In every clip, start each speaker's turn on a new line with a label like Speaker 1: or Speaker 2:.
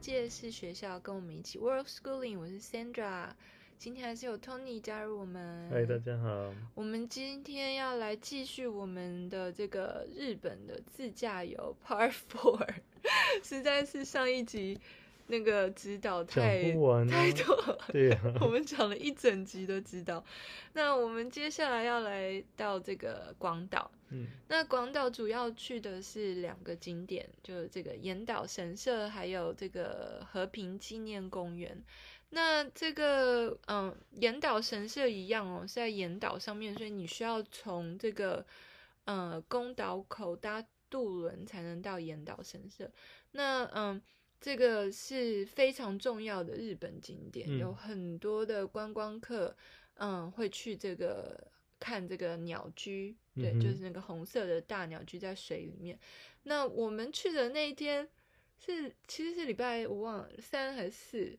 Speaker 1: 界是学校，跟我们一起 World Schooling。我是 Sandra，今天还是有 Tony 加入我们。
Speaker 2: 嗨，哎大家好。
Speaker 1: 我们今天要来继续我们的这个日本的自驾游 Part Four，实 在是上一集那个指导太
Speaker 2: 讲不完啊
Speaker 1: 太多了。
Speaker 2: 对呀、
Speaker 1: 我们讲了一整集的指导，那我们接下来要来到这个广岛。
Speaker 2: 嗯，
Speaker 1: 那广岛主要去的是两个景点，就是这个岩岛神社，还有这个和平纪念公园。那这个嗯，岩岛神社一样哦，是在岩岛上面，所以你需要从这个呃宫岛口搭渡轮才能到岩岛神社。那嗯，这个是非常重要的日本景点，
Speaker 2: 嗯
Speaker 1: 有很多的观光客嗯会去这个看这个鸟居，对，
Speaker 2: 嗯哼
Speaker 1: 就是那个红色的大鸟居在水里面。那我们去的那一天是其实是礼拜我忘了三还是四，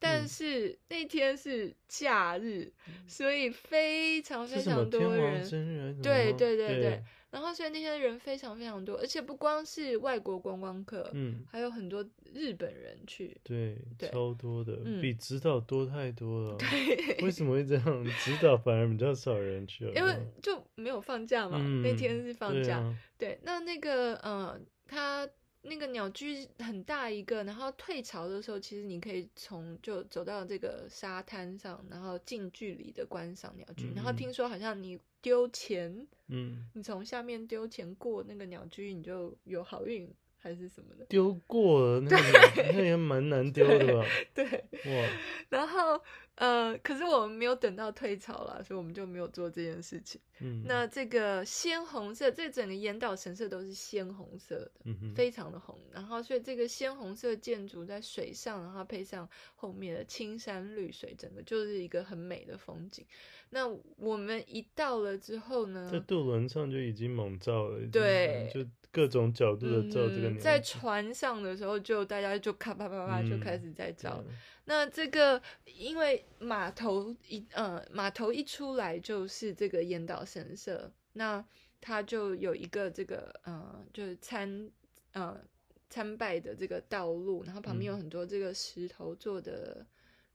Speaker 1: 但
Speaker 2: 嗯
Speaker 1: 是那天是假日，所以非常
Speaker 2: 是
Speaker 1: 非
Speaker 2: 什么
Speaker 1: 常
Speaker 2: 天
Speaker 1: 多
Speaker 2: 王
Speaker 1: 人。
Speaker 2: 真人？
Speaker 1: 对对
Speaker 2: 对
Speaker 1: 对对，然后所以那天人非常非常多，而且不光是外国观光客，
Speaker 2: 嗯，
Speaker 1: 还有很多日本人去。
Speaker 2: 对，
Speaker 1: 对
Speaker 2: 超多的，
Speaker 1: 嗯
Speaker 2: 比指导多太多了。
Speaker 1: 对，
Speaker 2: 为什么会这样？指导反而比较少人去，好
Speaker 1: 因为
Speaker 2: 像
Speaker 1: 就没有放假嘛，
Speaker 2: 嗯
Speaker 1: 那天是放
Speaker 2: 对
Speaker 1: 假，
Speaker 2: 啊
Speaker 1: 对，那那个呃，它那个鸟居很大一个，然后退潮的时候，其实你可以从就走到这个沙滩上，然后近距离的观赏鸟居。然后
Speaker 2: 嗯嗯
Speaker 1: 听说好像你丢钱，
Speaker 2: 嗯，
Speaker 1: 你从下面丢钱过那个鸟居，你就有好运还是什么的。
Speaker 2: 丢过了那个也，那也蛮难丢的吧？
Speaker 1: 对，
Speaker 2: 哇，
Speaker 1: 然后呃，可是我们没有等到退潮啦，所以我们就没有做这件事情。
Speaker 2: 嗯，
Speaker 1: 那这个鲜红色，这整个岩岛神社都是鲜红色的。
Speaker 2: 嗯哼，
Speaker 1: 非常的红，然后所以这个鲜红色建筑在水上，然后配上后面的青山绿水，整个就是一个很美的风景。那我们一到了之后呢，
Speaker 2: 在渡轮上就已经猛照了，已经
Speaker 1: 对
Speaker 2: 就各种角度的照这个
Speaker 1: 嗯
Speaker 2: 鸟，
Speaker 1: 在船上的时候就大家就咔啪啪啪
Speaker 2: 嗯
Speaker 1: 就开始在
Speaker 2: 对
Speaker 1: 找。那这个因为码头一呃码头一出来就是这个岩岛神社，那它就有一个这个呃就是参呃参拜的这个道路，然后旁边
Speaker 2: 嗯
Speaker 1: 有很多这个石头做的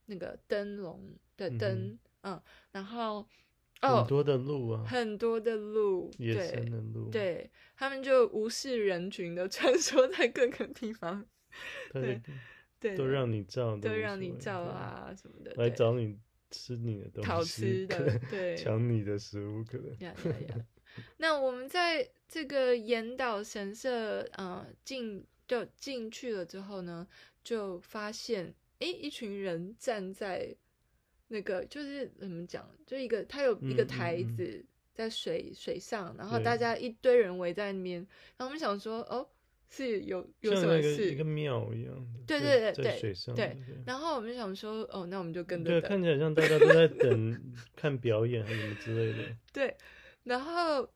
Speaker 1: 那个灯笼的
Speaker 2: 嗯哼
Speaker 1: 灯，嗯然后
Speaker 2: 很
Speaker 1: 哦
Speaker 2: 多的路啊，
Speaker 1: 很多的路，
Speaker 2: 野
Speaker 1: 对
Speaker 2: 生的路，，
Speaker 1: 对，他们就无视人群的穿梭在各个地方，
Speaker 2: 它
Speaker 1: 对
Speaker 2: 就
Speaker 1: 对，
Speaker 2: 都让你照，
Speaker 1: 都
Speaker 2: 无
Speaker 1: 让
Speaker 2: 所
Speaker 1: 你
Speaker 2: 谓
Speaker 1: 照
Speaker 2: 对
Speaker 1: 啊什么的，
Speaker 2: 来
Speaker 1: 对
Speaker 2: 找你吃你的东西，
Speaker 1: 讨吃
Speaker 2: 可
Speaker 1: 的
Speaker 2: 能，
Speaker 1: 对，
Speaker 2: 抢你的食物，可能。
Speaker 1: 呀呀呀！那我们在这个岩岛神社，呃，进就进去了之后呢，就发现，诶，一群人站在那个，就是怎么讲，就一个，它有一个
Speaker 2: 嗯嗯
Speaker 1: 台
Speaker 2: 嗯
Speaker 1: 子在水、水上，然后
Speaker 2: 对
Speaker 1: 大家一堆人围在那边，然后我们想说，哦，是有 有什
Speaker 2: 像
Speaker 1: 么
Speaker 2: 那个一个
Speaker 1: 事？
Speaker 2: 庙一样的，
Speaker 1: 对
Speaker 2: 在
Speaker 1: 对对
Speaker 2: 在
Speaker 1: 对
Speaker 2: 水上
Speaker 1: 对
Speaker 2: 的，
Speaker 1: 然后我们想说，哦，那我们就跟着
Speaker 2: 对，
Speaker 1: 等。
Speaker 2: 看起来像大家都在等看表演还是什么之 类的，
Speaker 1: 对，然后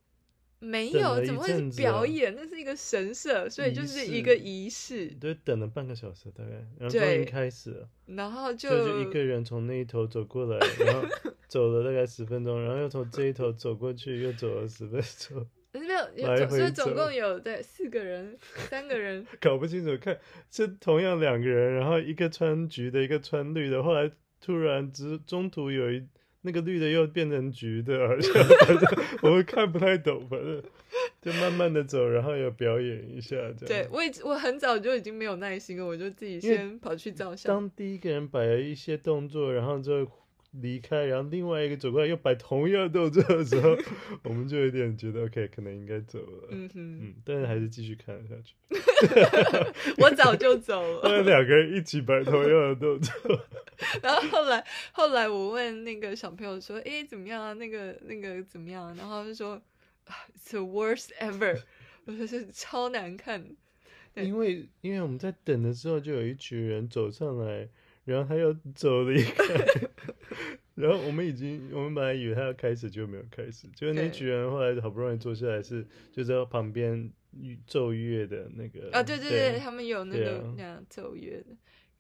Speaker 1: 没
Speaker 2: 等
Speaker 1: 有，
Speaker 2: 了
Speaker 1: 怎
Speaker 2: 一
Speaker 1: 么会是
Speaker 2: 阵子
Speaker 1: 表
Speaker 2: 啊
Speaker 1: 演？那是一个神社，所以
Speaker 2: 仪
Speaker 1: 就是一
Speaker 2: 式
Speaker 1: 个仪式，
Speaker 2: 都等了半个小时大概，然后终
Speaker 1: 对
Speaker 2: 于开始了，
Speaker 1: 然后就
Speaker 2: 就就一个人从那一头走过来，然 后走了大概十分钟，然后又从这一头走过去，又走了十分钟，
Speaker 1: 没有，有
Speaker 2: 来
Speaker 1: 总所以
Speaker 2: 回
Speaker 1: 总
Speaker 2: 走
Speaker 1: 共有对四个人、三个 人，
Speaker 2: 搞不清楚看是同样两个人，然后一个穿橘的，一个穿绿的，后来突然之中途有一那个绿的又变成橘的，好像反正我们看不太懂，反正就慢慢的走，然后有表演一下这样
Speaker 1: 对。我已我很早就已经没有耐心了，我就自己
Speaker 2: 因为
Speaker 1: 先跑去照相。嗯
Speaker 2: 当第一个人摆了一些动作，然后就离开，然后另外一个走过来又摆同样的动作的时候， 我们就有点觉得 OK，可能应该走了。
Speaker 1: 嗯哼，
Speaker 2: 嗯，但是还是继续看下 去。嗯
Speaker 1: 我早就走
Speaker 2: 他
Speaker 1: 了。
Speaker 2: 们两个人一起摆同样的动作。
Speaker 1: 然后后来，后来我问那个小朋友说：“诶，怎么样啊？那个那个怎么样啊？”然后他就说啊：“It's the worst ever。”我说是超难看。对
Speaker 2: 因为因为我们在等的时候，就有一群人走上来，然后他又走离开， 然后我们已经我们本来以为他要开始，就没有开始，结果那
Speaker 1: 对
Speaker 2: 群人后来好不容易坐下来是，就在旁边奏乐的那个
Speaker 1: 啊，对对对，他们有那
Speaker 2: 对
Speaker 1: 个
Speaker 2: 啊
Speaker 1: 那样奏乐的，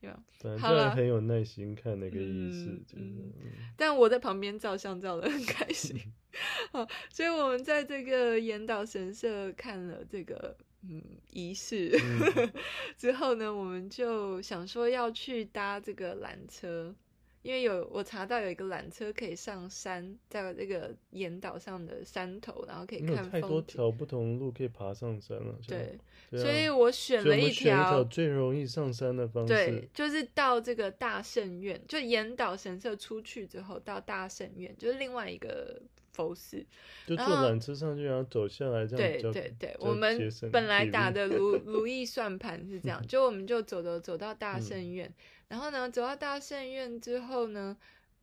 Speaker 1: 有。
Speaker 2: 反
Speaker 1: 好
Speaker 2: 正
Speaker 1: 了
Speaker 2: 很有耐心看那个仪式，
Speaker 1: 嗯
Speaker 2: 就是
Speaker 1: 嗯
Speaker 2: 嗯
Speaker 1: 但我在旁边照相照的很开 心，好，所以我们在这个岩岛神社看了这个嗯仪式、
Speaker 2: 嗯
Speaker 1: 之后呢，我们就想说要去搭这个缆车，因为有我查到有一个缆车可以上山，在那个岩岛上的山头，然后可以
Speaker 2: 你有
Speaker 1: 看
Speaker 2: 太多
Speaker 1: 风景。
Speaker 2: 条不同的路可以爬上山了。像
Speaker 1: 对，
Speaker 2: 对啊
Speaker 1: 所以我选
Speaker 2: 所以
Speaker 1: 了
Speaker 2: 我们
Speaker 1: 一
Speaker 2: 选一条
Speaker 1: 条。
Speaker 2: 最容易上山的方
Speaker 1: 对
Speaker 2: 式，，
Speaker 1: 就是到这个大圣院，就岩岛神社出去之后，到大圣院，就是另外一个佛寺。
Speaker 2: 就坐
Speaker 1: 然后
Speaker 2: 缆车上去，然后走下来，这样
Speaker 1: 对
Speaker 2: 比较
Speaker 1: 对对
Speaker 2: 比，较
Speaker 1: 我
Speaker 2: 节
Speaker 1: 们
Speaker 2: 省
Speaker 1: 本来
Speaker 2: 体
Speaker 1: 打
Speaker 2: 力
Speaker 1: 的如如意算盘是这样，就我们就走走走到大
Speaker 2: 嗯
Speaker 1: 圣院，然后呢，走到大圣院之后呢，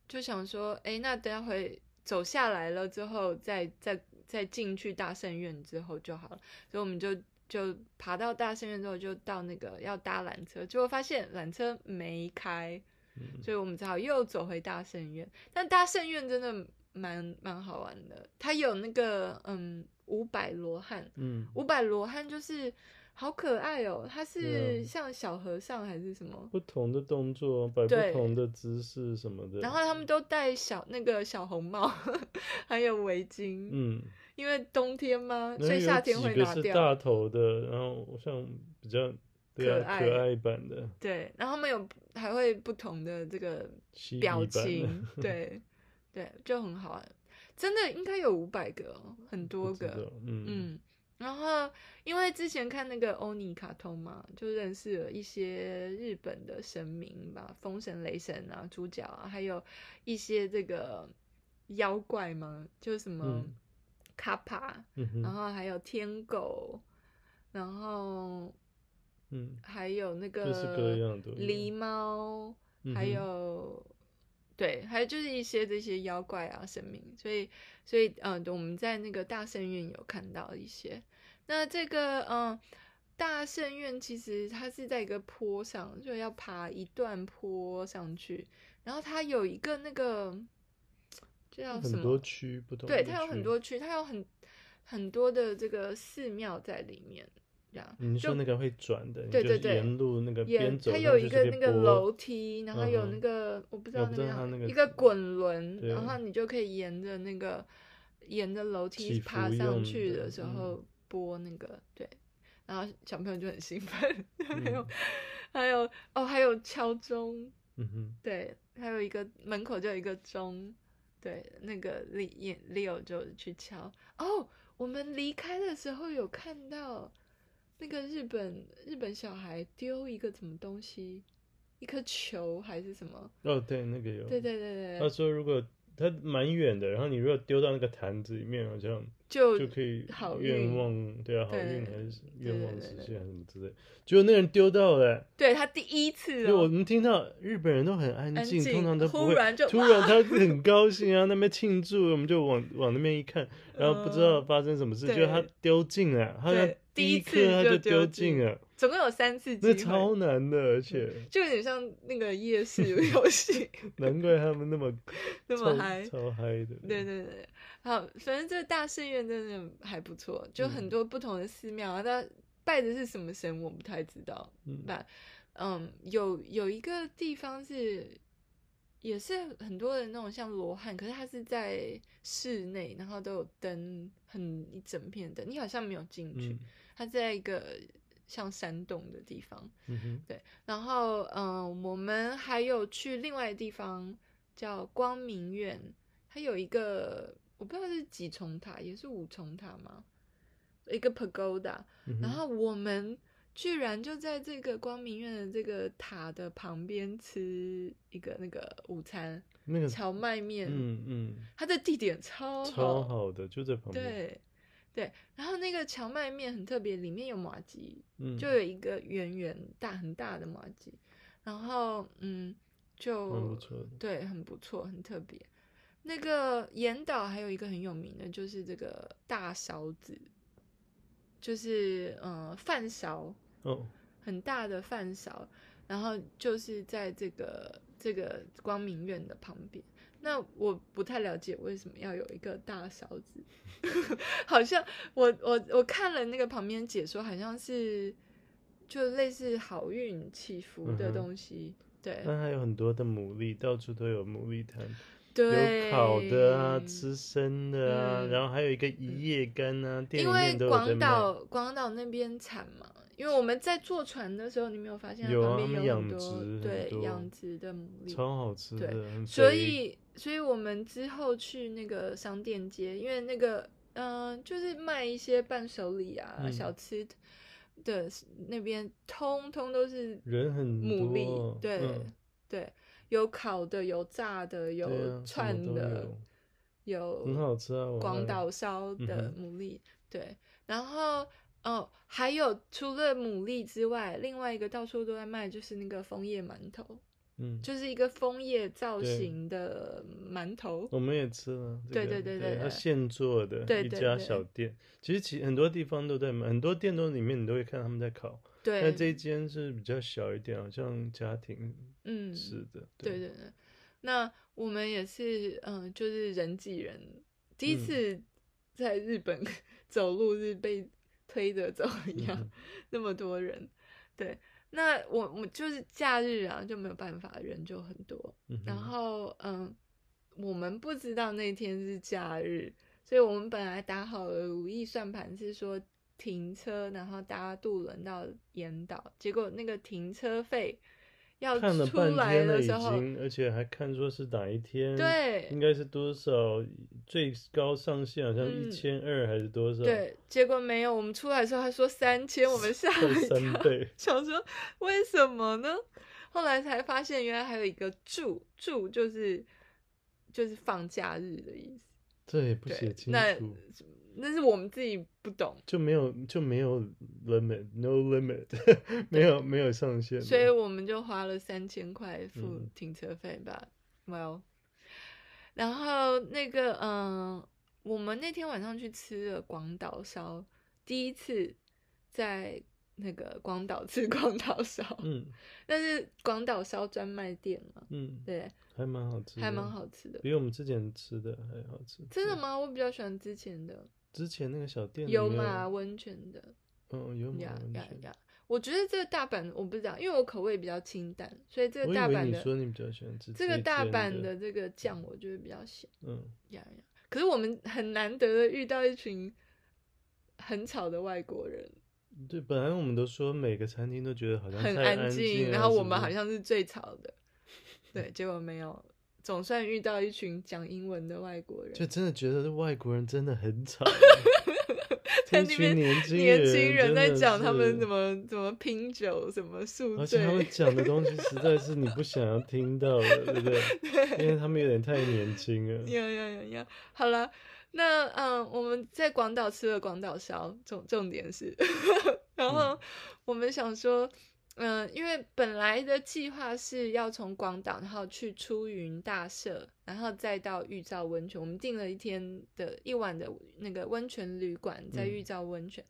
Speaker 1: 就想说，哎，那等下回走下来了之后，再再再进去大圣院之后就好了，所以我们就。就爬到大圣院之后，就到那个要搭缆车，结果发现缆车没开，
Speaker 2: 嗯
Speaker 1: 所以我们只好又走回大圣院。但大圣院真的蛮蛮好玩的，它有那个嗯五百罗汉，
Speaker 2: 嗯，
Speaker 1: 五百罗汉就是好可爱哦，它是
Speaker 2: 嗯
Speaker 1: 像小和尚还是什么？
Speaker 2: 不同的动作，摆
Speaker 1: 对
Speaker 2: 不同的姿势什么的。
Speaker 1: 然后他们都戴小那个小红帽， 还有围巾，
Speaker 2: 嗯，
Speaker 1: 因为冬天嘛，
Speaker 2: 然
Speaker 1: 所
Speaker 2: 后
Speaker 1: 以
Speaker 2: 有
Speaker 1: 夏天
Speaker 2: 几
Speaker 1: 会
Speaker 2: 个
Speaker 1: 拿
Speaker 2: 是
Speaker 1: 掉
Speaker 2: 大。头的，然后我像比较对
Speaker 1: 可
Speaker 2: 啊，
Speaker 1: 爱
Speaker 2: 可爱版的
Speaker 1: 对，然后他们有还会不同的这个
Speaker 2: 蜥蜴
Speaker 1: 表
Speaker 2: 版的
Speaker 1: 情，对对，就很好玩。真的应该有五百个哦，很
Speaker 2: 不
Speaker 1: 多
Speaker 2: 知
Speaker 1: 个。
Speaker 2: 道嗯
Speaker 1: 嗯，然后因为之前看那个欧尼卡通嘛，就认识了一些日本的神明吧，风神、雷神啊，主角啊，还有一些这个妖怪嘛，就是什么
Speaker 2: 嗯
Speaker 1: 卡帕，
Speaker 2: 嗯
Speaker 1: 然
Speaker 2: 哼
Speaker 1: 后还有天狗，然后
Speaker 2: 嗯，
Speaker 1: 还有那
Speaker 2: 各式各
Speaker 1: 个
Speaker 2: 样的
Speaker 1: 狸猫，
Speaker 2: 嗯
Speaker 1: 还
Speaker 2: 哼
Speaker 1: 有。对，还有就是一些这些妖怪啊、神明，所以所以嗯、呃我们在那个大圣院有看到一些。那这个嗯、呃大圣院其实它是在一个坡上，就要爬一段坡上去，然后它有一个那个这叫什
Speaker 2: 很多
Speaker 1: 么？
Speaker 2: 区不同的
Speaker 1: 对，
Speaker 2: 区，
Speaker 1: 它有很多区，它有很很多的这个寺庙在里面，这样。
Speaker 2: 你
Speaker 1: 就
Speaker 2: 说那个会转的，你
Speaker 1: 对
Speaker 2: 就
Speaker 1: 对
Speaker 2: 是
Speaker 1: 对
Speaker 2: 沿路那个
Speaker 1: 也，
Speaker 2: 边走，
Speaker 1: 它
Speaker 2: 然
Speaker 1: 有
Speaker 2: 后
Speaker 1: 一
Speaker 2: 就是
Speaker 1: 个
Speaker 2: 被
Speaker 1: 那个
Speaker 2: 拨
Speaker 1: 楼，梯，然后有
Speaker 2: 嗯
Speaker 1: 那
Speaker 2: 哼
Speaker 1: 个、我不知道
Speaker 2: 我不
Speaker 1: 那
Speaker 2: 知
Speaker 1: 个
Speaker 2: 道它
Speaker 1: 叫
Speaker 2: 那个
Speaker 1: 一个滚轮，
Speaker 2: 对
Speaker 1: 然后你就可以沿着那个沿着楼
Speaker 2: 起
Speaker 1: 梯
Speaker 2: 伏
Speaker 1: 爬上
Speaker 2: 用
Speaker 1: 去
Speaker 2: 的
Speaker 1: 的时候
Speaker 2: 嗯
Speaker 1: 拨那个、对，然后小朋友就很兴奋， 还有、
Speaker 2: 嗯
Speaker 1: 还有哦还有敲钟，
Speaker 2: 嗯哼，
Speaker 1: 对，还有一个门口就有一个钟，对，那个李也 Leo 就去敲。哦，我们离开的时候有看到那个日本日本小孩丢一个什么东西，一颗球还是什么？
Speaker 2: 哦对，那个有，
Speaker 1: 对对对
Speaker 2: 他
Speaker 1: 对，
Speaker 2: 说如果它蛮远的，然后你如果丢到那个坛子里面，好像
Speaker 1: 就
Speaker 2: 就可以
Speaker 1: 好
Speaker 2: 愿
Speaker 1: 运
Speaker 2: 望，对啊，好运
Speaker 1: 对
Speaker 2: 还
Speaker 1: 对
Speaker 2: 是愿
Speaker 1: 对
Speaker 2: 望
Speaker 1: 对
Speaker 2: 实
Speaker 1: 对
Speaker 2: 现还是什么之类，结果那个人丢到了、欸。
Speaker 1: 对他第一
Speaker 2: 因
Speaker 1: 次
Speaker 2: 为我
Speaker 1: 哦，
Speaker 2: 们听到日本人都很安
Speaker 1: 安
Speaker 2: 静，
Speaker 1: 静
Speaker 2: 通常都不
Speaker 1: 忽
Speaker 2: 会。
Speaker 1: 然就
Speaker 2: 突然他很高兴啊，那边庆祝，我们就往往那边一看，然后不知道
Speaker 1: 嗯
Speaker 2: 发生什么事，
Speaker 1: 对
Speaker 2: 就他丢进了，好像
Speaker 1: 对第一
Speaker 2: 一
Speaker 1: 次
Speaker 2: 刻他
Speaker 1: 就
Speaker 2: 就
Speaker 1: 丢
Speaker 2: 丢
Speaker 1: 进
Speaker 2: 进了，
Speaker 1: 总共有三次机
Speaker 2: 那
Speaker 1: 会，
Speaker 2: 超难的，而 且
Speaker 1: 就有点像那个夜市游戏
Speaker 2: 难怪他们那么
Speaker 1: 那么
Speaker 2: 超
Speaker 1: 嗨。
Speaker 2: 超嗨的。
Speaker 1: 对对对，好，反正这个大圣院真的还不错，就很
Speaker 2: 嗯
Speaker 1: 多不同的寺庙啊，那、拜的是什么神我不太知道。
Speaker 2: 嗯，
Speaker 1: 那嗯，有有一个地方是，也是很多人那种像罗汉，可是它是在室内，然后都有灯，很一整片灯，你好像没有进去，
Speaker 2: 嗯
Speaker 1: 它在一个像山洞的地方。
Speaker 2: 嗯哼，
Speaker 1: 然后，嗯，我们还有去另外的地方叫光明院，它有一个我不知道是几重塔，也是五重塔吗？一个 pagoda，
Speaker 2: 嗯哼
Speaker 1: 然后我们居然就在这个光明院的这个塔的旁边吃一个那个午餐，
Speaker 2: 那个
Speaker 1: 荞麦面，
Speaker 2: 嗯嗯
Speaker 1: 它的地点超
Speaker 2: 超好嗯的，就在旁边，
Speaker 1: 对对，然后那个荞麦面很特别，里面有麻吉，
Speaker 2: 嗯，
Speaker 1: 就有一个圆圆大很大的麻吉，然后嗯，
Speaker 2: 蛮
Speaker 1: 就
Speaker 2: 不错的。
Speaker 1: 对，很不错，很特别。那个岩岛还有一个很有名的，就是这个大勺子，就是呃饭勺，
Speaker 2: 哦，
Speaker 1: 很大的饭勺，然后就是在这个这个光明院的旁边。那我不太了解为什么要有一个大勺子， 好像我我我看了那个旁边解说，好像是就类似好运祈福的
Speaker 2: 嗯哼嗯
Speaker 1: 东西，对，
Speaker 2: 那还有很多的牡蛎，到处都有牡蛎摊，
Speaker 1: 对，
Speaker 2: 有烤的啊，吃生的啊，
Speaker 1: 嗯
Speaker 2: 然后还有一个一夜干啊，店里
Speaker 1: 因为
Speaker 2: 面都有在
Speaker 1: 广
Speaker 2: 卖。
Speaker 1: 岛广岛那边产嘛，因为我们在坐船的时候，你没有发现它
Speaker 2: 有
Speaker 1: 旁
Speaker 2: 啊他
Speaker 1: 边
Speaker 2: 们
Speaker 1: 有
Speaker 2: 养
Speaker 1: 很多
Speaker 2: 殖很
Speaker 1: 对
Speaker 2: 多
Speaker 1: 养殖的牡蛎，
Speaker 2: 超好吃的，
Speaker 1: 对
Speaker 2: 很
Speaker 1: 所
Speaker 2: 肥
Speaker 1: 以所以我们之后去那个商店街，因为那个嗯、呃就是卖一些伴手礼啊、
Speaker 2: 嗯
Speaker 1: 小吃的那边，通通都是
Speaker 2: 人很
Speaker 1: 牡
Speaker 2: 多
Speaker 1: 蛎，对、
Speaker 2: 嗯
Speaker 1: 对，有烤的，有炸的，有
Speaker 2: 对啊什么
Speaker 1: 串
Speaker 2: 都
Speaker 1: 的，有
Speaker 2: 很好吃啊，我爱
Speaker 1: 广岛烧的
Speaker 2: 嗯
Speaker 1: 牡蛎，对，然后哦，还有除了牡蛎之外，另外一个到处都在卖就是那个枫叶馒头，
Speaker 2: 嗯，
Speaker 1: 就是一个枫叶造
Speaker 2: 对哦
Speaker 1: 型的馒头，
Speaker 2: 我们也吃了，
Speaker 1: 对
Speaker 2: 这
Speaker 1: 对
Speaker 2: 个
Speaker 1: 对对
Speaker 2: 它
Speaker 1: 对
Speaker 2: 现做的
Speaker 1: 对
Speaker 2: 一
Speaker 1: 对
Speaker 2: 家
Speaker 1: 对
Speaker 2: 小店，其实其很多地方都在卖，很多店都里面你都会看他们在烤，那这
Speaker 1: 对，
Speaker 2: 一间是比较小一点，好像家庭
Speaker 1: 嗯，
Speaker 2: 式的，
Speaker 1: 对对对。那我们也是，嗯，就是人挤人，第一
Speaker 2: 嗯
Speaker 1: 次在日本 走路是被推着走一样，
Speaker 2: 嗯
Speaker 1: 那么多人。对，那我我就是假日啊就没有办法，人就很多。
Speaker 2: 嗯哼
Speaker 1: 然后嗯，我们不知道那天是假日，所以我们本来打好了如意算盘，是说停车，然后搭渡轮到岩岛。结果那个停车费要
Speaker 2: 看了
Speaker 1: 出
Speaker 2: 半
Speaker 1: 来
Speaker 2: 天了
Speaker 1: 的
Speaker 2: 已
Speaker 1: 时候，
Speaker 2: 经，而且还看说是哪一天，，应
Speaker 1: 对
Speaker 2: 该是多少，最高上限好像
Speaker 1: 嗯
Speaker 2: 一千二还是多少，，
Speaker 1: 对，结果没有。我们出来的时候他说三千，我们吓
Speaker 2: 快
Speaker 1: 了一
Speaker 2: 三
Speaker 1: 跳，
Speaker 2: 倍，
Speaker 1: 想说为什么呢？后来才发现原来还有一个住住就是就是放假日的意思。
Speaker 2: 这也不
Speaker 1: 对，
Speaker 2: 写清
Speaker 1: 那
Speaker 2: 楚。
Speaker 1: 那是我们自己不懂，
Speaker 2: 就没有就没有 limit，no limit，没 有没有上限的。
Speaker 1: 所以我们就花了三千块付
Speaker 2: 嗯
Speaker 1: 停车费吧。well，然后那个嗯、我们那天晚上去吃了广岛烧，第一次在那个广岛吃广岛烧，
Speaker 2: 嗯
Speaker 1: 但是广岛烧专卖店嘛，
Speaker 2: 嗯，
Speaker 1: 对，
Speaker 2: 还蛮好吃的，
Speaker 1: 还蛮，好吃的。
Speaker 2: 比我们之前吃的还好吃。
Speaker 1: 真的
Speaker 2: 嗯？
Speaker 1: 吗？我比较喜欢之前的
Speaker 2: 之前那个小店
Speaker 1: 有马
Speaker 2: 嘛？
Speaker 1: 温泉的，
Speaker 2: 嗯，有马
Speaker 1: 呀
Speaker 2: 温
Speaker 1: 呀
Speaker 2: 泉。
Speaker 1: 呀！我觉得这个大阪我不知道，因为我口味比较清淡，所以这
Speaker 2: 我
Speaker 1: 个
Speaker 2: 以
Speaker 1: 大
Speaker 2: 为
Speaker 1: 阪
Speaker 2: 你
Speaker 1: 的
Speaker 2: 说你比较喜欢吃
Speaker 1: 这个大阪
Speaker 2: 阪
Speaker 1: 的，这个酱，我觉得比较咸
Speaker 2: 嗯，
Speaker 1: 呀呀。可是我们很难得的遇到一群很吵的外国人，
Speaker 2: 对，本来我们都说每个餐厅都觉得好像
Speaker 1: 很
Speaker 2: 太安
Speaker 1: 静，
Speaker 2: 啊
Speaker 1: 然后
Speaker 2: 是
Speaker 1: 我
Speaker 2: 不
Speaker 1: 们
Speaker 2: 是
Speaker 1: 好像是最吵 的，对，结果没有，总算遇到一群讲英文的外国人，
Speaker 2: 就真的觉得外国人真的很吵，
Speaker 1: 在
Speaker 2: 这
Speaker 1: 那
Speaker 2: 群
Speaker 1: 边
Speaker 2: 年轻
Speaker 1: 年轻人
Speaker 2: 人
Speaker 1: 在
Speaker 2: 真的
Speaker 1: 讲他们
Speaker 2: 是
Speaker 1: 怎么怎么拼酒，什么宿
Speaker 2: 而且他们
Speaker 1: 醉，
Speaker 2: 讲的东西实 在是你不想要听到的，对不对？因为他们有点太年轻了。
Speaker 1: 呀呀呀呀！好了，那嗯，我们在广岛吃了广岛烧，重重点是， 然后我们想说，嗯、因为本来的计划是要从广岛，然后去出云大社，然后再到玉造温泉。我们订了一天的一晚的那个温泉旅馆，在
Speaker 2: 嗯
Speaker 1: 玉造温泉，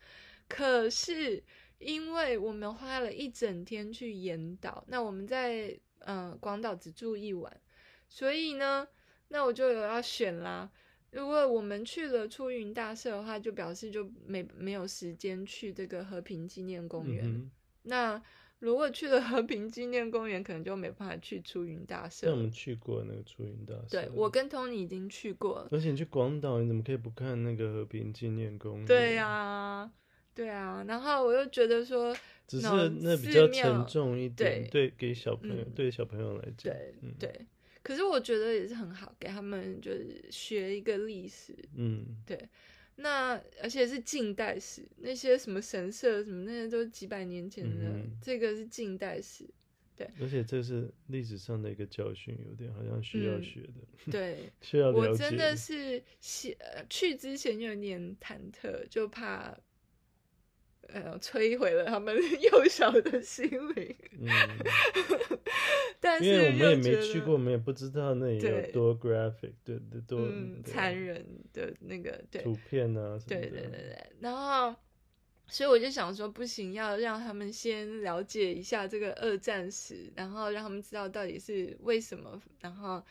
Speaker 1: 可是。因为我们花了一整天去岩岛，那我们在嗯广岛只住一晚，所以呢，那我就有要选啦。如果我们去了出云大社的话，就表示就没没有时间去这个和平纪念公园。
Speaker 2: 嗯哼，
Speaker 1: 那如果去了和平纪念公园，可能就没办法去出云大
Speaker 2: 像
Speaker 1: 社
Speaker 2: 我
Speaker 1: 了。
Speaker 2: 们去过那个出云大社，嗯
Speaker 1: 对我，跟 Tony 已经去过了。
Speaker 2: 而且你去广岛，你怎么可以不看那个和平纪念公园？
Speaker 1: 对呀、对啊。然后我又觉得说，
Speaker 2: 只是
Speaker 1: 那种
Speaker 2: 那比
Speaker 1: 寺
Speaker 2: 较
Speaker 1: 庙
Speaker 2: 沉重一点，
Speaker 1: 对
Speaker 2: 对，给小朋友，
Speaker 1: 嗯
Speaker 2: 对小朋友来讲，
Speaker 1: 对、
Speaker 2: 嗯，
Speaker 1: 对，可是我觉得也是很好，给他们就是学一个历史，
Speaker 2: 嗯，
Speaker 1: 对，那而且是近代史，那些什么神社什么那些都是几百年前的，
Speaker 2: 嗯哼
Speaker 1: 这个是近代 史。
Speaker 2: 而且这是历史上的一个教训，有点好像需要
Speaker 1: 嗯
Speaker 2: 学的，
Speaker 1: 对
Speaker 2: 需要了
Speaker 1: 我
Speaker 2: 解
Speaker 1: 真的是写呃去之前有点忐忑，就怕呃摧毁了他们 幼小的心灵，
Speaker 2: 嗯，
Speaker 1: 但是
Speaker 2: 因为我
Speaker 1: 又
Speaker 2: 们也
Speaker 1: 觉
Speaker 2: 没
Speaker 1: 得
Speaker 2: 去过，我们也不知道那里有
Speaker 1: 对
Speaker 2: 多 graphic，对对，多
Speaker 1: 嗯
Speaker 2: 对啊
Speaker 1: 残忍的那个对
Speaker 2: 图片啊什么的。
Speaker 1: 对对对对，然后，所以我就想说，不行，要让他们先了解一下这个二战史，然后让他们知道到底是为什么，然后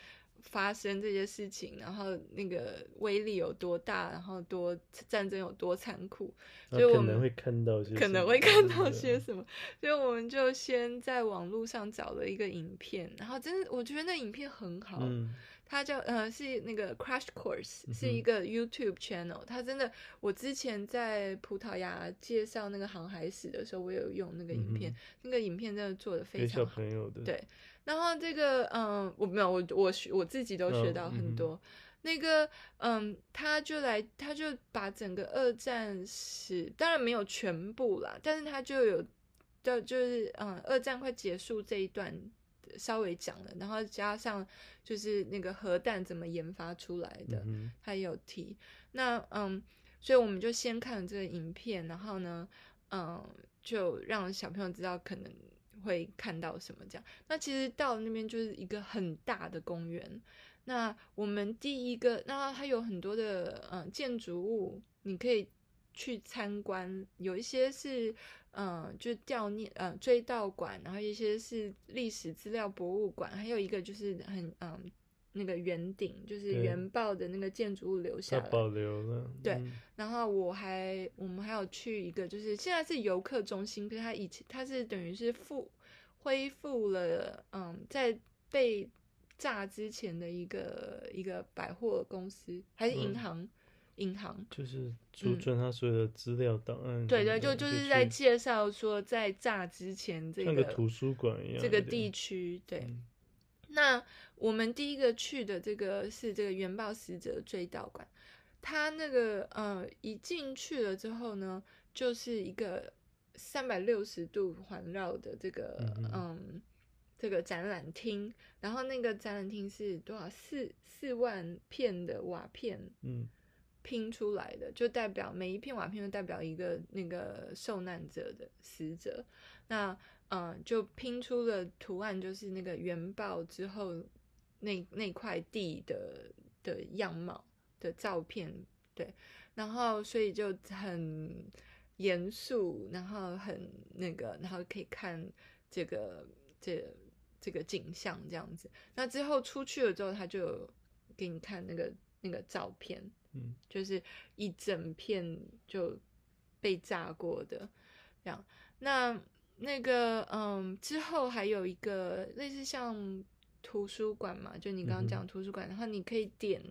Speaker 1: 发生这些事情，然后那个威力有多大，然后多战争有多残酷，
Speaker 2: 那
Speaker 1: 所以我
Speaker 2: 可能
Speaker 1: 们
Speaker 2: 会看到些什么，
Speaker 1: 可能会看
Speaker 2: 对
Speaker 1: 到
Speaker 2: 对
Speaker 1: 些什么，所以我们就先在网络上找了一个影片，然后真的我觉得那影片很好，
Speaker 2: 嗯，
Speaker 1: 它叫呃是那个 Crash Course，
Speaker 2: 嗯哼
Speaker 1: 是一个 YouTube channel。它真的，我之前在葡萄牙介绍那个航海史的时候，我有用那个影片，
Speaker 2: 嗯
Speaker 1: 那个影片真的做的非
Speaker 2: 给小
Speaker 1: 常好。
Speaker 2: 朋友的，
Speaker 1: 对然后这个嗯，我没有我我学我自己都学
Speaker 2: 嗯
Speaker 1: 到
Speaker 2: 嗯哼
Speaker 1: 很多。那个嗯，他就来，他就把整个二战史，当然没有全部啦，但是他就有，就就是嗯，二战快结束这一段稍微讲了，然后加上就是那个核弹怎么研发出来的，
Speaker 2: 嗯
Speaker 1: 他也有提。那嗯，所以我们就先看了这个影片，然后呢，嗯，就让小朋友知道可能会看到什么这样。那其实到了那边就是一个很大的公园。那我们第一个，那它有很多的嗯建筑物，你可以去参观，有一些是嗯就是悼念呃追悼馆，然后一些是历史资料博物馆，还有一个就是很嗯那个圆顶，就是
Speaker 2: 对
Speaker 1: 原爆的那个建筑物留下
Speaker 2: 他
Speaker 1: 来。
Speaker 2: 保留了，
Speaker 1: 对
Speaker 2: 嗯
Speaker 1: 然后我还我们还有去一个，就是现在是游客中心，可是它以前它是等于是复恢复了，嗯，在被炸之前的一个一个百货公司还是银
Speaker 2: 嗯
Speaker 1: 行，银行。
Speaker 2: 就是储
Speaker 1: 嗯
Speaker 2: 存他所有的资料档案什
Speaker 1: 对
Speaker 2: 么
Speaker 1: 对，
Speaker 2: 的，
Speaker 1: 就就
Speaker 2: 可以
Speaker 1: 是在
Speaker 2: 去
Speaker 1: 介绍说，在炸之前这
Speaker 2: 嗯像
Speaker 1: 个
Speaker 2: 个图书馆一样
Speaker 1: 这个
Speaker 2: 有点
Speaker 1: 地区，对，
Speaker 2: 嗯
Speaker 1: 那我们第一个去的这个是这个原爆死者追悼馆，它那个呃一进去了之后呢，就是一个三百六十度环绕的这个
Speaker 2: 嗯
Speaker 1: 嗯
Speaker 2: 哼
Speaker 1: 这个展览厅，然后那个展览厅是多少四四万片的瓦片
Speaker 2: 嗯
Speaker 1: 拼出来的，就代表每一片瓦片就代表一个那个受难者的死者。那嗯、呃就拼出了图案，就是那个原爆之后那那块地的的样貌的照片，对。然后所以就很严肃，然后很那个，然后可以看这个这这个景象这样子。那之后出去了之后，他就给你看那个那个照片，
Speaker 2: 嗯
Speaker 1: 就是一整片就被炸过的这样。那那个嗯，之后还有一个类似像图书馆嘛，就你刚
Speaker 2: 嗯
Speaker 1: 刚
Speaker 2: 哼
Speaker 1: 讲图书馆，然后你可以点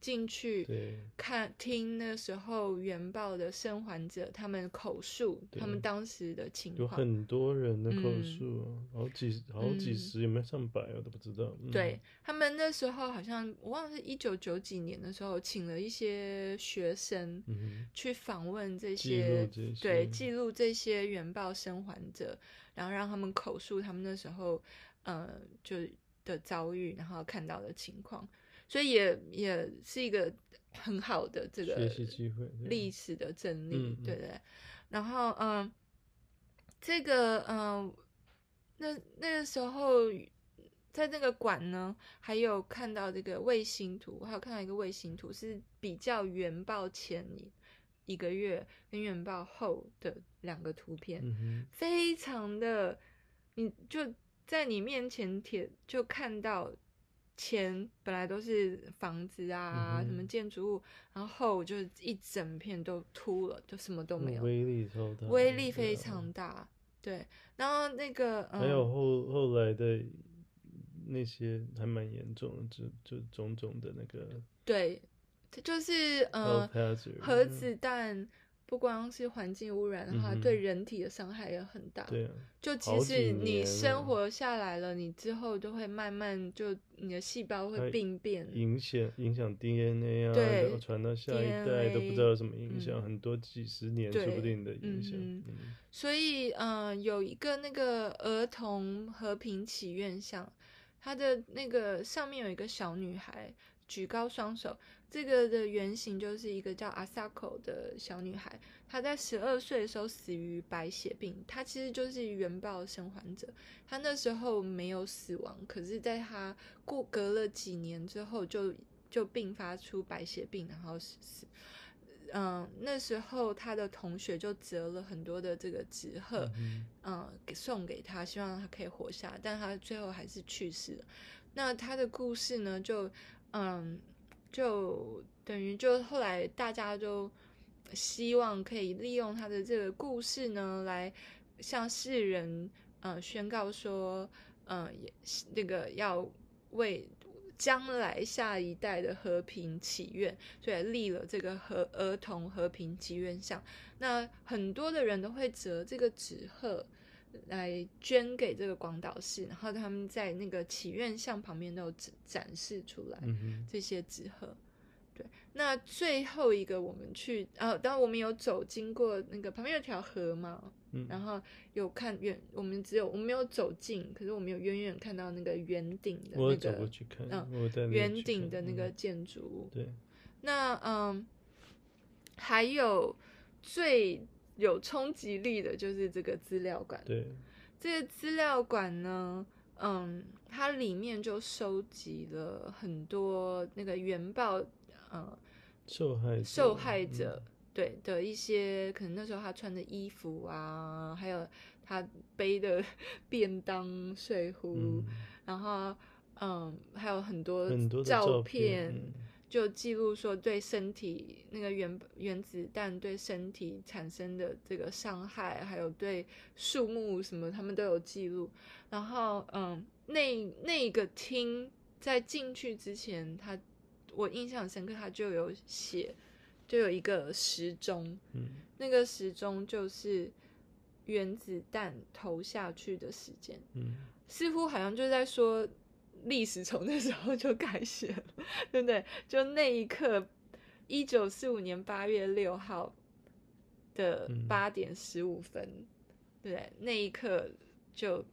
Speaker 1: 进去
Speaker 2: 对
Speaker 1: 看听那时候原爆的生还者他们口述
Speaker 2: 对
Speaker 1: 他们当时的情
Speaker 2: 有
Speaker 1: 况。
Speaker 2: 很多人的口
Speaker 1: 嗯
Speaker 2: 述啊，好几好几
Speaker 1: 嗯
Speaker 2: 十，有没有上百我都不知道。嗯
Speaker 1: 对，他们那时候好像我忘了是一九九几年的时候，请了一些学生，
Speaker 2: 嗯哼，
Speaker 1: 去访问这
Speaker 2: 记
Speaker 1: 些
Speaker 2: 录这些
Speaker 1: 对记录这些原爆生还者，然后让他们口述他们那时候呃就的遭遇，然后看到的情况，所以也也是一个很好的这个
Speaker 2: 学习机会，对
Speaker 1: 历史的整理，
Speaker 2: 嗯嗯
Speaker 1: 对不对？然后嗯、这个嗯、那那个时候在那个馆呢，还有看到这个卫星图，还有看到一个卫星图是比较原爆前一个月跟原爆后的两个图片，
Speaker 2: 嗯哼，
Speaker 1: 非常的，你就在你面前贴就看到前本来都是房子啊、
Speaker 2: 嗯哼
Speaker 1: 什么建筑物，然后后就是一整片都秃了，就什么都
Speaker 2: 那
Speaker 1: 没有，
Speaker 2: 威力超大，
Speaker 1: 威力非
Speaker 2: 对啊
Speaker 1: 常大。对，然后那个嗯，
Speaker 2: 还有后后来的那些还蛮严重的，就就种种的那个
Speaker 1: 对，这就是呃
Speaker 2: health hazard
Speaker 1: 核
Speaker 2: 嗯
Speaker 1: 子弹。不光是环境污染的话，
Speaker 2: 嗯哼
Speaker 1: 对人体的伤害也很大。
Speaker 2: 对啊，
Speaker 1: 就
Speaker 2: 好
Speaker 1: 即
Speaker 2: 几
Speaker 1: 使你
Speaker 2: 年了
Speaker 1: 生活下来了，你之后都会慢慢就你的细胞
Speaker 2: 它
Speaker 1: 会病变，
Speaker 2: 影响影响 DNA 啊，
Speaker 1: 对
Speaker 2: 然后传到下一代都不
Speaker 1: DNA
Speaker 2: 知道有什么影响，
Speaker 1: 嗯
Speaker 2: 很多几十年说不
Speaker 1: 对
Speaker 2: 定的影响。
Speaker 1: 嗯
Speaker 2: 嗯
Speaker 1: 所以，嗯、有一个那个儿童和平祈愿像，它的那个上面有一个小女孩举高双手，这个的原型就是一个叫阿萨口的小女孩，她在十二岁的时候死于白血病，她其实就是原爆生还者，她那时候没有死亡，可是在她过隔了几年之后就就并发出白血病，然后死嗯，那时候他的同学就折了很多的这个纸鹤，
Speaker 2: 嗯
Speaker 1: 嗯，给送给他，希望他可以活下来，但他最后还是去世了。那他的故事呢，就嗯，就等于就后来大家就希望可以利用他的这个故事呢，来向世人呃宣告说，呃，也那个要为将来下一代的和平祈愿，所以立了这个和儿童和平祈愿像。那很多的人都会折这个纸鹤来捐给这个广岛市，然后他们在那个祈愿像旁边都有展展示出来
Speaker 2: 嗯
Speaker 1: 这些纸鹤。对，那最后一个我们去，呃，当然我们有走经过那个旁边有条河嘛，
Speaker 2: 哼，嗯，
Speaker 1: 然后有看远，我们只有我们没有走近，可是我们有远远看到那个圆顶的
Speaker 2: 我
Speaker 1: 那
Speaker 2: 有走过
Speaker 1: 个
Speaker 2: 去看，
Speaker 1: 嗯
Speaker 2: 我带你
Speaker 1: 圆
Speaker 2: 去
Speaker 1: 顶
Speaker 2: 看
Speaker 1: 的那个
Speaker 2: 嗯
Speaker 1: 建筑物。
Speaker 2: 对，
Speaker 1: 那嗯，还有最有冲击力的就是这个资料馆。
Speaker 2: 对，
Speaker 1: 这个资料馆呢，嗯，它里面就收集了很多那个原爆，呃，
Speaker 2: 受害者
Speaker 1: 受害
Speaker 2: 嗯
Speaker 1: 者、对的一些，可能那时候他穿的衣服啊，还有他背的 便当、水壶，
Speaker 2: 嗯，
Speaker 1: 然后嗯，还有很多
Speaker 2: 嗯很多的
Speaker 1: 照
Speaker 2: 片，嗯
Speaker 1: 就记录说对身体那个原原子弹对身体产生的这个伤害，还有对树木什么，他们都有记录。然后，嗯，那那个厅在进去之前，他我印象深刻，他就有写，就有一个时钟，
Speaker 2: 嗯
Speaker 1: 那个时钟就是原子弹投下去的时间。
Speaker 2: 嗯
Speaker 1: 似乎好像就在说历史从那时候就改写了，对不对？就那一刻，一九四五年八月六号的
Speaker 2: 嗯
Speaker 1: 八点十五分，对不对，那一刻就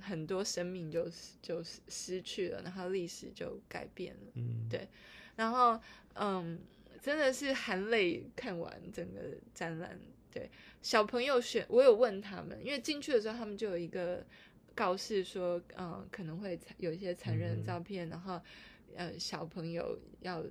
Speaker 1: 很多生命就就失去了，然后历史就改变了。
Speaker 2: 嗯，
Speaker 1: 对然后嗯，真的是含泪看完整个展览。对，小朋友选我有问他们，因为进去的时候他们就有一个告示说，嗯，可能会残有一些残忍
Speaker 2: 嗯
Speaker 1: 的
Speaker 2: 哼
Speaker 1: 照片，然后呃，小朋友要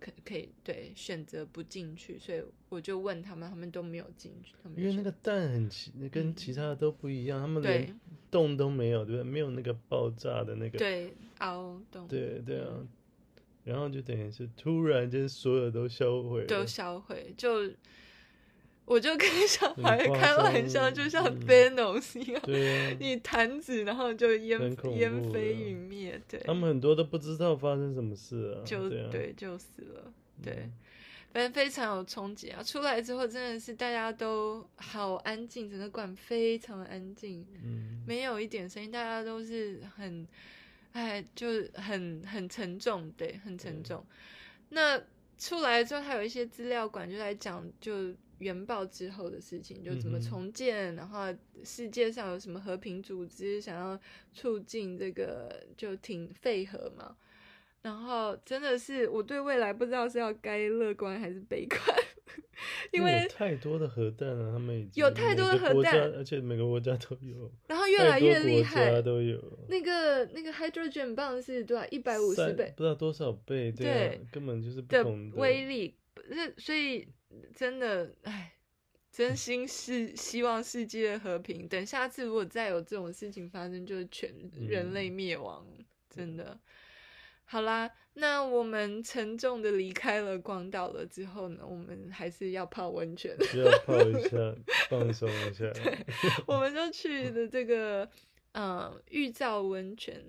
Speaker 1: 可可以对选择不进去，所以我就问他们，他们都没有进去，他们
Speaker 2: 嗯因为
Speaker 1: 就
Speaker 2: 那个蛋很奇，跟其他的都不一样，他们
Speaker 1: 对
Speaker 2: 连洞都没有，对不对？没有那个爆炸的那个，
Speaker 1: 对凹洞
Speaker 2: 对对啊
Speaker 1: 嗯，
Speaker 2: 然后就等于是突然间所有都销毁
Speaker 1: 都
Speaker 2: 了，
Speaker 1: 销毁，就我就跟小
Speaker 2: 很
Speaker 1: 孩
Speaker 2: 夸
Speaker 1: 开玩
Speaker 2: 张
Speaker 1: 笑，就像
Speaker 2: 嗯
Speaker 1: Thanos 一样。
Speaker 2: 对啊，
Speaker 1: 你弹指，然后就烟
Speaker 2: 很恐
Speaker 1: 烟
Speaker 2: 怖
Speaker 1: 飞
Speaker 2: 的
Speaker 1: 云灭，对，
Speaker 2: 他们很多都不知道发生什么事啊，
Speaker 1: 就
Speaker 2: 对啊，
Speaker 1: 就死了，
Speaker 2: 嗯
Speaker 1: 对，反正非常有冲击啊！出来之后真的是大家都好安静，整个馆非常安静，
Speaker 2: 嗯，
Speaker 1: 没有一点声音，大家都是很，哎，就是很很沉重，对，很沉
Speaker 2: 对
Speaker 1: 重。
Speaker 2: 嗯
Speaker 1: 那出来之后，还有一些资料馆就来讲，就原爆之后的事情，就怎么
Speaker 2: 嗯哼
Speaker 1: 重建，然后世界上有什么和平组织想要促进这个就挺废核嘛。然后真的是我对未来不知道是要该乐观还是悲观， 因
Speaker 2: 那
Speaker 1: 为
Speaker 2: 有太多的核弹啊了，他们已经
Speaker 1: 有太多的
Speaker 2: 每个
Speaker 1: 核
Speaker 2: 国家
Speaker 1: 弹
Speaker 2: 而且每个国家都有，
Speaker 1: 然后 越来越
Speaker 2: 太多
Speaker 1: 厉害
Speaker 2: 国家，都有，
Speaker 1: 那个那个 hydrogen 棒是多少？一百五十
Speaker 2: 三
Speaker 1: 倍
Speaker 2: 不知道多少倍，对啊
Speaker 1: 对，
Speaker 2: 根本就是不
Speaker 1: 的
Speaker 2: 同的
Speaker 1: 威力，那所以真的，哎，真心是希望世界和平。等下次如果再有这种事情发生，就是全
Speaker 2: 嗯
Speaker 1: 人类灭亡，真的。好啦，那我们沉重的离开了广岛了之后呢，我们还是要泡温泉。
Speaker 2: 需要泡一下，放松 一下。
Speaker 1: 我们就去的这个呃玉造温泉。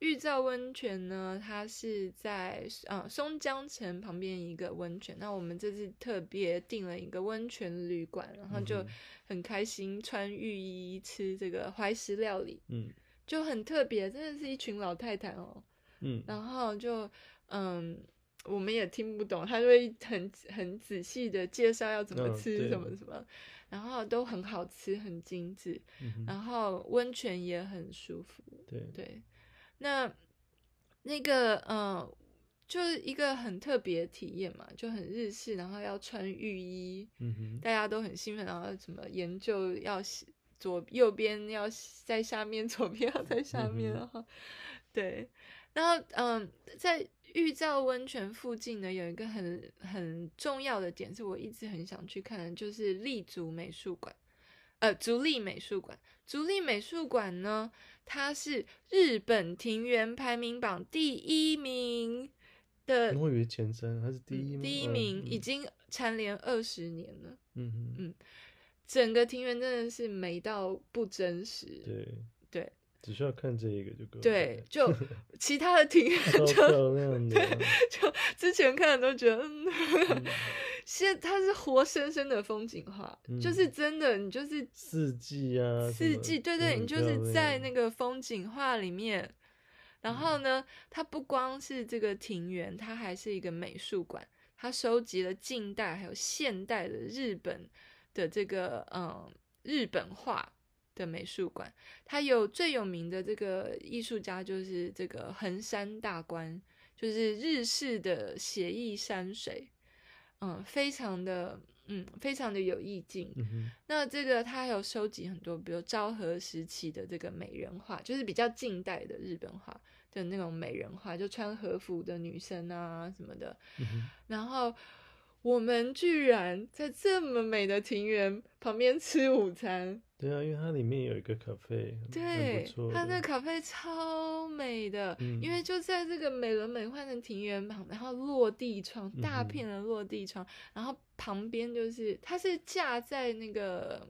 Speaker 1: 玉造温泉呢，它是在呃松江城旁边一个温泉。那我们这次特别订了一个温泉旅馆，然后就
Speaker 2: 嗯哼
Speaker 1: 很开心穿浴衣吃这个怀石料理，
Speaker 2: 嗯
Speaker 1: 就很特别，真的是一群老太太哦。
Speaker 2: 嗯，
Speaker 1: 然后就嗯，我们也听不懂，他就会很很仔细的介绍要怎么
Speaker 2: 嗯
Speaker 1: 吃
Speaker 2: 对
Speaker 1: 什么什么，然后都很好吃，很精致。
Speaker 2: 嗯哼
Speaker 1: 然后温泉也很舒服。
Speaker 2: 对，
Speaker 1: 对，那那个呃，就是一个很特别的体验嘛，就很日式，然后要穿浴衣，
Speaker 2: 嗯哼，
Speaker 1: 大家都很兴奋，然后什么研究要洗左右边要洗在下面，左边要在下面，
Speaker 2: 嗯哼
Speaker 1: 然后 对，然后嗯，在玉造温泉附近呢，有一个很很重要的点，是我一直很想去看的，就是立足美术馆。呃，足立美术馆，足立美术馆呢，它是日本庭园排名榜第一名的、
Speaker 2: 我以为前三，他是第一
Speaker 1: 呃嗯
Speaker 2: 吗？
Speaker 1: 第一
Speaker 2: 嗯
Speaker 1: 名，已
Speaker 2: 嗯
Speaker 1: 经蝉联二十年了。
Speaker 2: 嗯哼，
Speaker 1: 嗯整个庭园真的是美到不真实。
Speaker 2: 对，
Speaker 1: 对
Speaker 2: 只需要看这一个就够了。
Speaker 1: 对，就其他的庭院
Speaker 2: 超
Speaker 1: 就
Speaker 2: 漂亮的啊，
Speaker 1: 就之前看的都觉得，嗯， 现它是活生生的风景画，就
Speaker 2: 嗯
Speaker 1: 是真的，你就是
Speaker 2: 四季啊，
Speaker 1: 四季，对对，你就是在那
Speaker 2: 个
Speaker 1: 个风景画里面。然后呢，它不光是这个庭园，它还是一个美术馆。它收集了近代还有现代的日本的这个嗯日本画的美术馆。它有最有名的这个艺术家就是这个横山大观，就是日式的写意山水，嗯，非常的嗯非常的有意境。
Speaker 2: 嗯哼
Speaker 1: 那这个他还有收集很多，比如昭和时期的这个美人画，就是比较近代的日本画的那种美人画，就穿和服的女生啊什么的。
Speaker 2: 嗯哼
Speaker 1: 然后我们居然在这么美的庭园旁边吃午餐，
Speaker 2: 对啊，因为它里面有一个咖啡，蛮
Speaker 1: 对
Speaker 2: 不错，的。
Speaker 1: 它那个咖啡超美的，
Speaker 2: 嗯
Speaker 1: 因为就在这个美轮美奂的庭园旁，然后落地窗，大
Speaker 2: 嗯哼
Speaker 1: 片的落地窗，然后旁边就是它是架在那个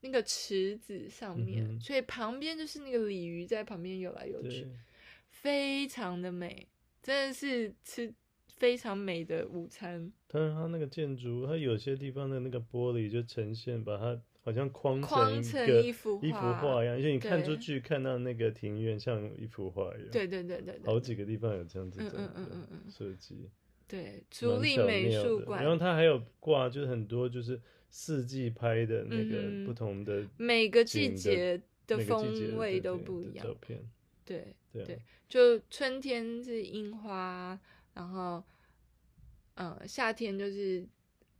Speaker 1: 那个池子上面，
Speaker 2: 嗯哼
Speaker 1: 所以旁边就是那个鲤鱼在旁边游来游去
Speaker 2: 对，，
Speaker 1: 非常的美，真的是吃非常美的午餐，
Speaker 2: 当然它那个建筑，它有些地方的那个玻璃就呈现，把它好像框
Speaker 1: 框
Speaker 2: 成
Speaker 1: 成
Speaker 2: 一个
Speaker 1: 一幅
Speaker 2: 一幅
Speaker 1: 画
Speaker 2: 画一样，而且你看
Speaker 1: 对
Speaker 2: 出去看到那个庭院像一幅画一样。
Speaker 1: 对对对对
Speaker 2: 好
Speaker 1: 对
Speaker 2: 几个地方有这样子
Speaker 1: 嗯
Speaker 2: 的
Speaker 1: 嗯嗯嗯嗯
Speaker 2: 设计，
Speaker 1: 对，竹
Speaker 2: 蛮
Speaker 1: 立
Speaker 2: 巧
Speaker 1: 美
Speaker 2: 妙
Speaker 1: 术
Speaker 2: 的
Speaker 1: 馆
Speaker 2: 然后它还有挂，就是很多就是四季拍的那
Speaker 1: 嗯哼
Speaker 2: 个不同的
Speaker 1: 每个季
Speaker 2: 景的
Speaker 1: 节的
Speaker 2: 每个季节
Speaker 1: 风味
Speaker 2: 的
Speaker 1: 都
Speaker 2: 对
Speaker 1: 不
Speaker 2: 的
Speaker 1: 一样
Speaker 2: 照。片，
Speaker 1: 对，
Speaker 2: 对啊
Speaker 1: 对就春天是樱花，然后，呃，夏天就是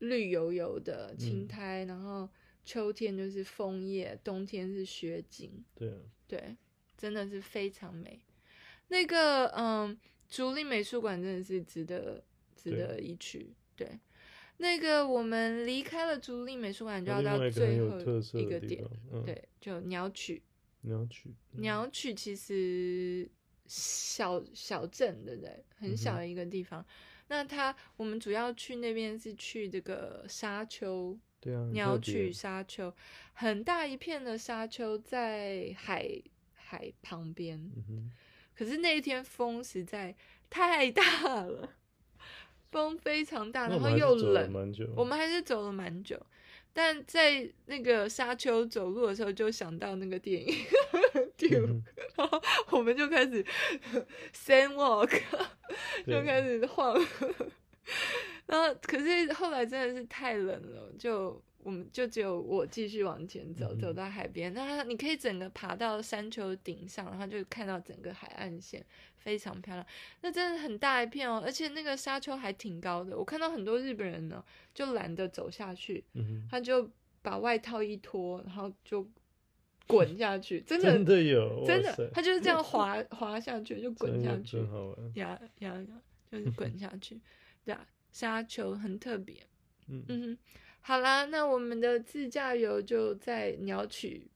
Speaker 1: 绿油油的青
Speaker 2: 嗯
Speaker 1: 苔，然后秋天就是枫叶，冬天是雪景。
Speaker 2: 对啊，
Speaker 1: 对，真的是非常美。那个，嗯，竹林美术馆真的是值得值
Speaker 2: 对
Speaker 1: 得一去。对，那个我们离开了竹林美术馆，就
Speaker 2: 然
Speaker 1: 要到
Speaker 2: 后另外一个很
Speaker 1: 最
Speaker 2: 有
Speaker 1: 后
Speaker 2: 特色
Speaker 1: 一
Speaker 2: 的
Speaker 1: 个
Speaker 2: 地
Speaker 1: 点，
Speaker 2: 方，嗯，
Speaker 1: 对，就鸟取。
Speaker 2: 鸟取，嗯
Speaker 1: 鸟取其实小小镇，对不对？很小
Speaker 2: 嗯哼
Speaker 1: 的一个地方。那它我们主要去那边是去这个沙丘，
Speaker 2: 对啊，很
Speaker 1: 鸟
Speaker 2: 特别
Speaker 1: 取沙丘，很大一片的沙丘在海海旁边。
Speaker 2: 嗯哼，
Speaker 1: 可是那一天风实在太大了，风非常大，
Speaker 2: 那
Speaker 1: 啊然
Speaker 2: 我
Speaker 1: 后
Speaker 2: 们还是
Speaker 1: 又
Speaker 2: 走了
Speaker 1: 冷，
Speaker 2: 蛮久，
Speaker 1: 我们还是走了蛮久，但在那个沙丘走路的时候，就想到那个电影 Dune，、
Speaker 2: 嗯
Speaker 1: 然后我们就开始 sand walk，就
Speaker 2: 对
Speaker 1: 开始晃。 然后，可是后来真的是太冷了，就我们就只有我继续往前走，
Speaker 2: 嗯
Speaker 1: 走到海边。那你可以整个爬到山丘顶上，然后就看到整个海岸线，非常漂亮。那真的很大一片哦，而且那个沙丘还挺高的。我看到很多日本人呢，就懒得走下去，
Speaker 2: 嗯哼，
Speaker 1: 他就把外套一脱，然后就滚下去， 真的
Speaker 2: 真的有，
Speaker 1: 真
Speaker 2: 哇塞
Speaker 1: 的，他就是这样滑 滑下去，就滚
Speaker 2: 真
Speaker 1: 下
Speaker 2: 有
Speaker 1: 去嗯
Speaker 2: 真，好玩，
Speaker 1: 呀呀呀，就是滚下去，对啊，沙丘很特别，
Speaker 2: 嗯，
Speaker 1: 嗯哼，好啦，那我们的自驾游就在鸟取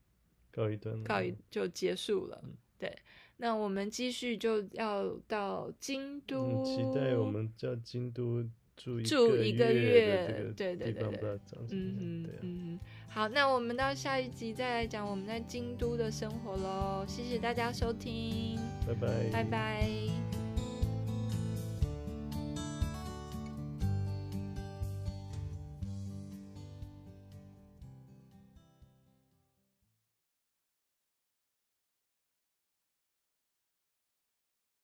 Speaker 2: 告一段落，
Speaker 1: 告一就结束了
Speaker 2: 嗯，
Speaker 1: 对，那我们继续就要到京都，
Speaker 2: 嗯，期待我们叫京都住
Speaker 1: 住一
Speaker 2: 一
Speaker 1: 个
Speaker 2: 月
Speaker 1: 月
Speaker 2: 的
Speaker 1: 对
Speaker 2: 这
Speaker 1: 对
Speaker 2: 个地
Speaker 1: 对
Speaker 2: 方，
Speaker 1: 对
Speaker 2: 不知道长什
Speaker 1: 嗯
Speaker 2: 么样，
Speaker 1: 哼
Speaker 2: 对，啊，
Speaker 1: 嗯哼，好，那我们到下一集再来讲我们在京都的生活喽。谢谢大家收听，
Speaker 2: 拜拜，
Speaker 1: 拜拜